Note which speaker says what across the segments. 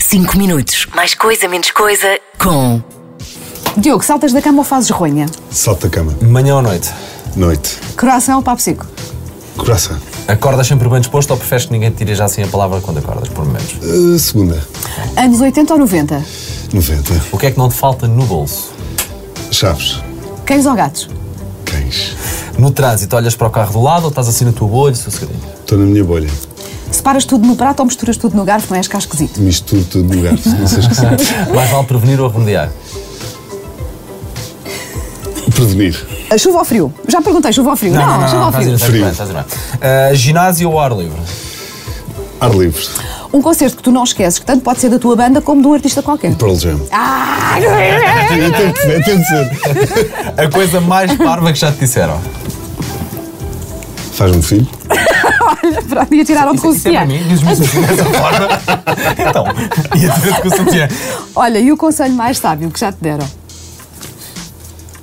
Speaker 1: 5 minutos. Mais coisa, menos coisa. Com
Speaker 2: Diogo, saltas da cama ou fazes ronha?
Speaker 3: Salto da cama.
Speaker 4: Manhã ou noite?
Speaker 3: Noite.
Speaker 2: Coração ou papo seco?
Speaker 3: Coração.
Speaker 4: Acordas sempre bem disposto ou preferes que ninguém te tire já assim a palavra quando acordas, por momentos?
Speaker 3: Uh, segunda.
Speaker 2: Anos 80 ou 90?
Speaker 3: 90.
Speaker 4: O que é que não te falta no bolso?
Speaker 3: Chaves.
Speaker 2: Cães ou gatos?
Speaker 3: Cães.
Speaker 4: No trânsito, olhas para o carro do lado ou estás assim na tua bolha, sossegadinho?
Speaker 3: Estou na minha bolha.
Speaker 2: Separas tudo no prato ou misturas tudo no garfo, não é? és cá esquisito?
Speaker 3: Misturo tudo no garfo, não sei esquecer.
Speaker 4: Mais vale prevenir ou remediar?
Speaker 3: Prevenir.
Speaker 2: Ah, Chuva ou frio? Já perguntei, chuva ou frio? chuva ou
Speaker 4: estás a ir,
Speaker 2: frio.
Speaker 4: estás a ir bem, estás a ir bem. Ah, Ginásio ou ar livre?
Speaker 3: Ar livre.
Speaker 2: Um concerto que tu não esqueces, que tanto pode ser da tua banda como de um artista qualquer.
Speaker 3: Pearl Jam.
Speaker 2: Ah,
Speaker 3: É tempo, é tempo de ser.
Speaker 4: A coisa mais parva que já te disseram?
Speaker 3: Faz-me um filho.
Speaker 2: pronto, ia tirar ao
Speaker 4: Isso, isso é para
Speaker 2: conciliar.
Speaker 4: mim? Diz-me isso assim dessa forma. Então, ia dizer que o sutiã.
Speaker 2: Olha, e o conselho mais sábio que já te deram?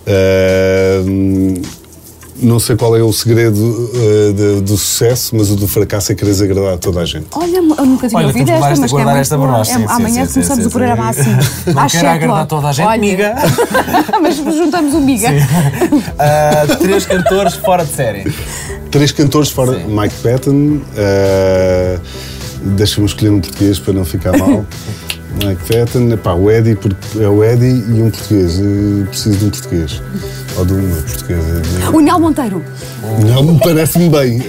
Speaker 3: Ahm, Eh, não sei qual é o segredo ah, de- do sucesso, mas o do fracasso é quereres agradar a toda a gente.
Speaker 2: Olha, eu nunca tinha
Speaker 4: Olha,
Speaker 2: ouvido
Speaker 4: temos
Speaker 2: esta,
Speaker 4: mais de
Speaker 2: mas que é
Speaker 4: guardar
Speaker 2: muito
Speaker 4: esta para
Speaker 2: boa.
Speaker 4: nós.
Speaker 2: É,
Speaker 4: Sim, sim,
Speaker 2: amanhã
Speaker 4: sim,
Speaker 2: começamos
Speaker 4: sim,
Speaker 2: o programa
Speaker 4: sim.
Speaker 2: assim.
Speaker 4: Não
Speaker 2: às
Speaker 4: quero
Speaker 2: sete
Speaker 4: agradar
Speaker 2: logo.
Speaker 4: toda a gente,
Speaker 2: Olha,
Speaker 4: amiga.
Speaker 2: mas juntamos o miga.
Speaker 4: Ah, três cantores fora de série.
Speaker 3: Três cantores fora Mike Patton. ah, Deixa-me escolher um português para não ficar mal. Mike Patton, epá, o Eddie, porque é o Eddie e um português. Eu preciso de um português. Ou de uma portuguesa.
Speaker 2: O Nel Monteiro.
Speaker 3: Não, parece-me bem.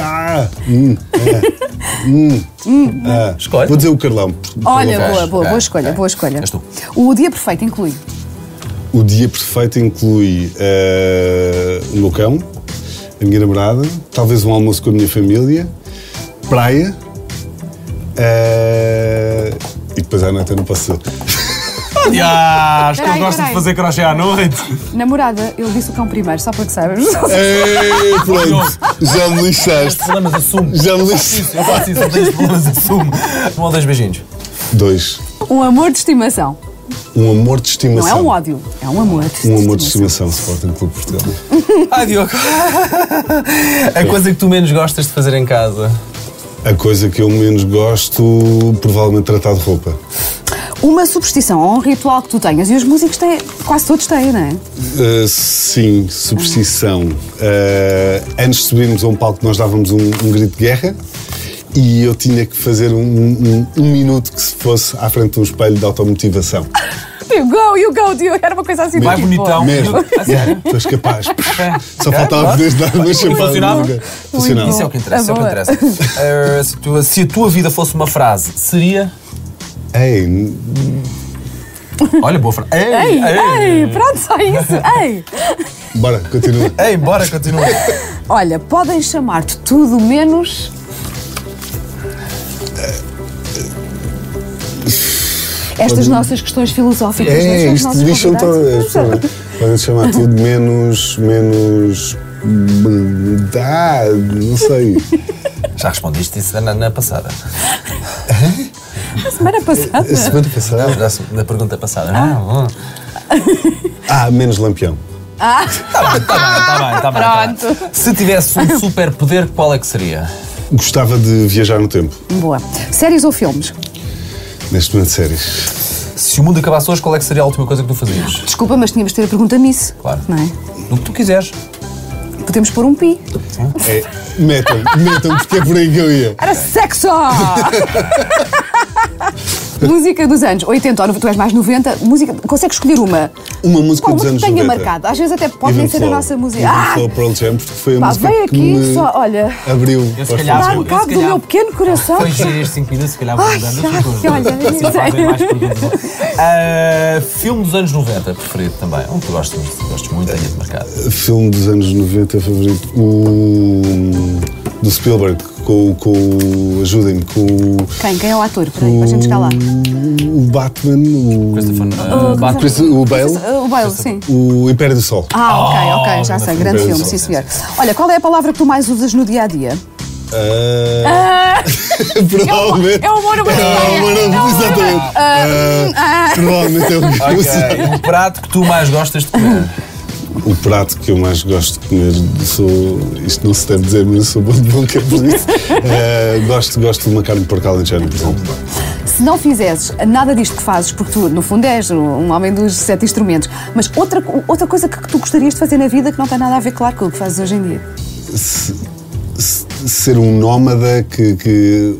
Speaker 3: Ah, ah, hum, ah, hum, ah.
Speaker 4: Escolhe.
Speaker 3: Vou dizer o Carlão. porque o
Speaker 2: Olha,
Speaker 3: Carlão
Speaker 2: boa,
Speaker 3: faz.
Speaker 2: boa,
Speaker 4: ok,
Speaker 2: boa escolha,
Speaker 4: ok.
Speaker 2: boa escolha.
Speaker 4: És tu.
Speaker 2: O dia perfeito inclui
Speaker 3: O dia perfeito inclui eh, o meu cão, a minha namorada, talvez um almoço com a minha família, praia eh, e depois à noite eu não posso ser.
Speaker 4: Ah, acho que
Speaker 2: Peraí,
Speaker 4: eu gosto de
Speaker 2: peraí.
Speaker 4: fazer crochê à noite.
Speaker 2: namorada. Eu disse o cão primeiro, só para que saibas.
Speaker 3: Ei, Eh, pronto, já me lixaste.
Speaker 4: Problemas assumo.
Speaker 3: Já me lixaste.
Speaker 4: Eu faço isso, eu tenho problemas, assumo. Um ou dois beijinhos.
Speaker 3: Dois.
Speaker 2: Um amor de estimação.
Speaker 3: Um amor
Speaker 2: Não
Speaker 3: de
Speaker 2: é
Speaker 3: estimação.
Speaker 2: um ódio, é um amor. de
Speaker 3: Um amor de estimação, Sporting Clube de Portugal.
Speaker 4: Ai, Diogo. A coisa que tu menos gostas de fazer em casa.
Speaker 3: A coisa que eu menos gosto, provavelmente tratar de roupa.
Speaker 2: Uma superstição ou um ritual que tu tenhas, e os músicos têm, quase todos têm, não é?
Speaker 3: Uh, sim, superstição. Uh, antes de subirmos a um palco, nós dávamos um, um grito de guerra e eu tinha que fazer um, um- um minuto que se fosse à frente de um espelho de automotivação.
Speaker 2: You go, you go, Diogo. Era uma coisa assim.
Speaker 4: Vai
Speaker 2: tipo,
Speaker 4: bonitão.
Speaker 3: Mesmo.
Speaker 4: Ah, sério?
Speaker 3: Yeah, tu és capaz. Só
Speaker 4: É,
Speaker 3: faltava
Speaker 4: pronto.
Speaker 3: poderes dar uma
Speaker 4: Funcionava?
Speaker 3: chapada. Funcionava.
Speaker 4: Isso é o que
Speaker 2: Ah,
Speaker 4: interessa, isso é o que
Speaker 2: boa.
Speaker 4: interessa. Ah, se, tu- se a tua vida fosse uma frase, seria.
Speaker 3: Ei, n-
Speaker 4: Olha, boa frase. Ei,
Speaker 2: Ei,
Speaker 4: ei,
Speaker 2: ei, pronto, só isso. Ei.
Speaker 3: bora, continua.
Speaker 4: ei, bora, continua.
Speaker 2: Olha, podem chamar-te tudo menos. Estas nossas questões filosóficas.
Speaker 3: É,
Speaker 2: deixam os
Speaker 3: isto
Speaker 2: nossos
Speaker 3: lixam
Speaker 2: convidados.
Speaker 3: todas. Podem chamar tudo menos. menos. Ah, não sei.
Speaker 4: Já respondiste isso na, na passada.
Speaker 2: Semana passada.
Speaker 3: A semana passada.
Speaker 4: Já se- Na pergunta passada. Ah,
Speaker 3: Ah, menos lampião.
Speaker 4: Está Tá bem, está bem. tá bem. Se tivesse um superpoder, qual é que seria?
Speaker 3: Gostava de viajar no tempo,
Speaker 2: Boa. Séries ou filmes?
Speaker 3: neste momento séries.
Speaker 4: Se o mundo acabasse hoje, qual é que seria a última coisa que tu fazias?
Speaker 2: Desculpa, mas tínhamos de ter a pergunta nisso.
Speaker 4: Claro.
Speaker 2: Não é?
Speaker 4: Do que tu quiseres.
Speaker 2: Podemos pôr um pi.
Speaker 3: É, metam, metam, porque é por aí que eu ia.
Speaker 2: Era sexo! Música dos anos 80, ou no- tu és mais 90, música, consegues escolher uma?
Speaker 3: Uma música
Speaker 2: Qual
Speaker 3: dos
Speaker 2: uma
Speaker 3: anos
Speaker 2: que tenha
Speaker 3: 90.
Speaker 2: marcado? Às vezes até pode nem
Speaker 3: Even
Speaker 2: ser a
Speaker 3: Flow.
Speaker 2: nossa música.
Speaker 3: Even
Speaker 2: Ah,
Speaker 3: Flow Pearl Jam, porque foi a
Speaker 2: pá,
Speaker 3: música
Speaker 2: veio
Speaker 3: que
Speaker 2: aqui,
Speaker 3: me
Speaker 2: só, olha,
Speaker 3: abriu
Speaker 4: Eu, se
Speaker 3: para os
Speaker 4: calhar,
Speaker 3: Pearl
Speaker 2: dá-me
Speaker 3: Jam.
Speaker 4: eu- se
Speaker 2: cabo do
Speaker 4: calhar-
Speaker 2: meu pequeno coração.
Speaker 4: Foi gerir estes 5 minutos, se calhar vou
Speaker 2: Ai,
Speaker 4: mudando
Speaker 2: ai,
Speaker 4: as coisas.
Speaker 2: olha,
Speaker 4: Assim
Speaker 2: isso é-
Speaker 4: fazem mais perguntas. Ah, filme dos anos 90, preferido também. Um que tu gostes muito, gostes muito, tenha-te marcado.
Speaker 3: Filme dos anos 90 favorito. O. do Spielberg, com, com o. ajudem-me, com o.
Speaker 2: Quem? Quem é o ator? Peraí, para a gente chegar lá.
Speaker 3: O Batman, o.
Speaker 4: Christopher ah,
Speaker 2: Oh,
Speaker 4: Batman.
Speaker 3: Chris- o Bale,
Speaker 2: O Bale, sim.
Speaker 3: o Império do Sol.
Speaker 2: Ah, ok,
Speaker 4: Oh,
Speaker 2: ok, já
Speaker 4: grande
Speaker 2: sei.
Speaker 4: filme.
Speaker 2: Grande
Speaker 3: Grande
Speaker 2: filme, sim,
Speaker 4: filme.
Speaker 2: senhor. Olha, qual é a palavra que tu mais usas no dia a dia?
Speaker 3: Ah,
Speaker 2: é o humor, é o humor,
Speaker 3: provavelmente. É o humor,
Speaker 2: é o humor.
Speaker 3: exatamente. Ah, Provavelmente é o que eu sei.
Speaker 4: Ok, O prato que tu mais gostas de comer.
Speaker 3: O prato que eu mais gosto de comer, sou, isto não se deve dizer, é mas eu sou bom de boca por isso. Eh, gosto, gosto de uma carne de porco alentejana, por exemplo.
Speaker 2: Se se não fizesses nada disto que fazes, porque tu, no fundo, és um homem dos sete instrumentos, mas outra, outra coisa que tu gostarias de fazer na vida que não tem nada a ver, claro, com o que fazes hoje em dia.
Speaker 3: Se- se- ser um nómada que, que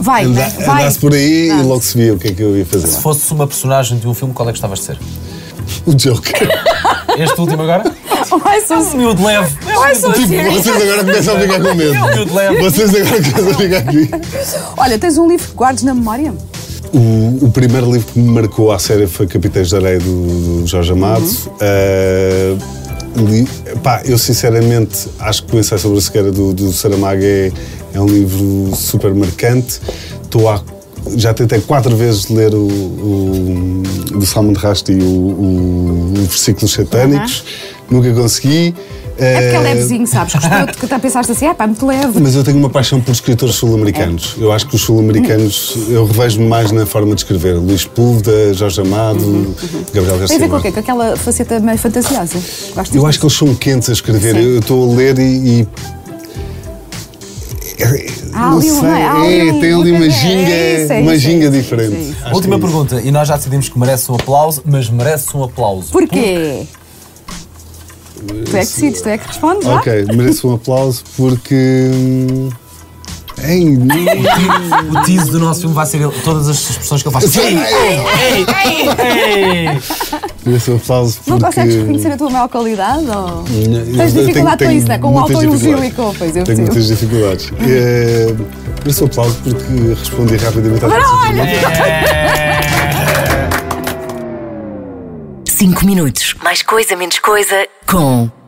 Speaker 2: Vai,
Speaker 3: anda-
Speaker 2: né? vai.
Speaker 3: andasse por aí e
Speaker 2: Não.
Speaker 3: logo se via o que é que eu ia fazer
Speaker 4: Se
Speaker 3: lá.
Speaker 4: fosse uma personagem de um filme, qual é que gostavas de ser?
Speaker 3: O Joker.
Speaker 4: Este último agora?
Speaker 2: Vai, sou
Speaker 4: Um miúdo leve. É um
Speaker 2: Ai,
Speaker 4: miúdo
Speaker 2: sou assim.
Speaker 4: leve.
Speaker 2: sim.
Speaker 3: Tipo, vocês agora começam a ficar com
Speaker 4: Eu te levo.
Speaker 3: medo. Vocês agora começam a ficar aqui.
Speaker 2: Olha, tens um livro que guardes na memória?
Speaker 3: O, o primeiro livro que me marcou à série foi Capitães da Areia do, do Jorge Amado.
Speaker 2: Uhum.
Speaker 3: Ah, li- pá, eu sinceramente acho que o ensaio sobre a cegueira do, do Saramago é, é um livro super marcante. Estou há- já tentei quatro vezes ler o, o- do Salmo de Rasti o, o, o Versículos Satânicos, nunca consegui.
Speaker 2: É porque é
Speaker 3: Ah,
Speaker 2: levezinho, sabes? Gostou-te que até pensaste assim, é pá, muito leve.
Speaker 3: mas eu tenho uma paixão por escritores sul-americanos. Eu acho que os sul-americanos, eu revejo-me mais na forma de escrever. Luís Púlveda, Jorge Amado, Gabriel
Speaker 2: Uhum, Tem
Speaker 3: Garcia
Speaker 2: a ver com o
Speaker 3: Marques.
Speaker 2: quê? Com aquela faceta meio fantasiosa? Gostas
Speaker 3: Eu acho que eles são quentes a escrever.
Speaker 2: Sim.
Speaker 3: Eu estou a ler e. é, e-
Speaker 2: Há ali um- não é? Há ali um-
Speaker 3: tem ali uma
Speaker 2: é,
Speaker 3: ginga,
Speaker 2: é isso, é
Speaker 3: uma
Speaker 2: isso, é
Speaker 3: ginga
Speaker 2: isso, é
Speaker 3: diferente.
Speaker 2: isso, é isso.
Speaker 3: Acho
Speaker 4: Última
Speaker 3: que é isso.
Speaker 4: pergunta, e nós já decidimos que merece um aplauso, mas merece um aplauso.
Speaker 2: Porquê? Tu é que decides, tu é que respondes, vá.
Speaker 3: Ok, mereço um aplauso porque. hum, Ei, não-
Speaker 4: O tease do nosso filme vai ser ele- todas as expressões que ele faz.
Speaker 3: Sim.
Speaker 4: ei, ei, ei.
Speaker 3: mereço um aplauso porque.
Speaker 2: Não consegues reconhecer a tua maior qualidade? Ou...
Speaker 3: Eu
Speaker 2: Tens
Speaker 3: tenho-
Speaker 2: dificuldade com
Speaker 3: tenho
Speaker 2: isso, não é? Com o
Speaker 3: muitas
Speaker 2: autoelogio e
Speaker 3: dificuldades.
Speaker 2: com. Pois eu
Speaker 3: Tenho
Speaker 2: percebo.
Speaker 3: muitas dificuldades. Eh, Mereço aplauso porque respondi rapidamente à tua
Speaker 2: olha!
Speaker 3: pergunta.
Speaker 1: 5 minutos. Mais coisa, menos coisa. Com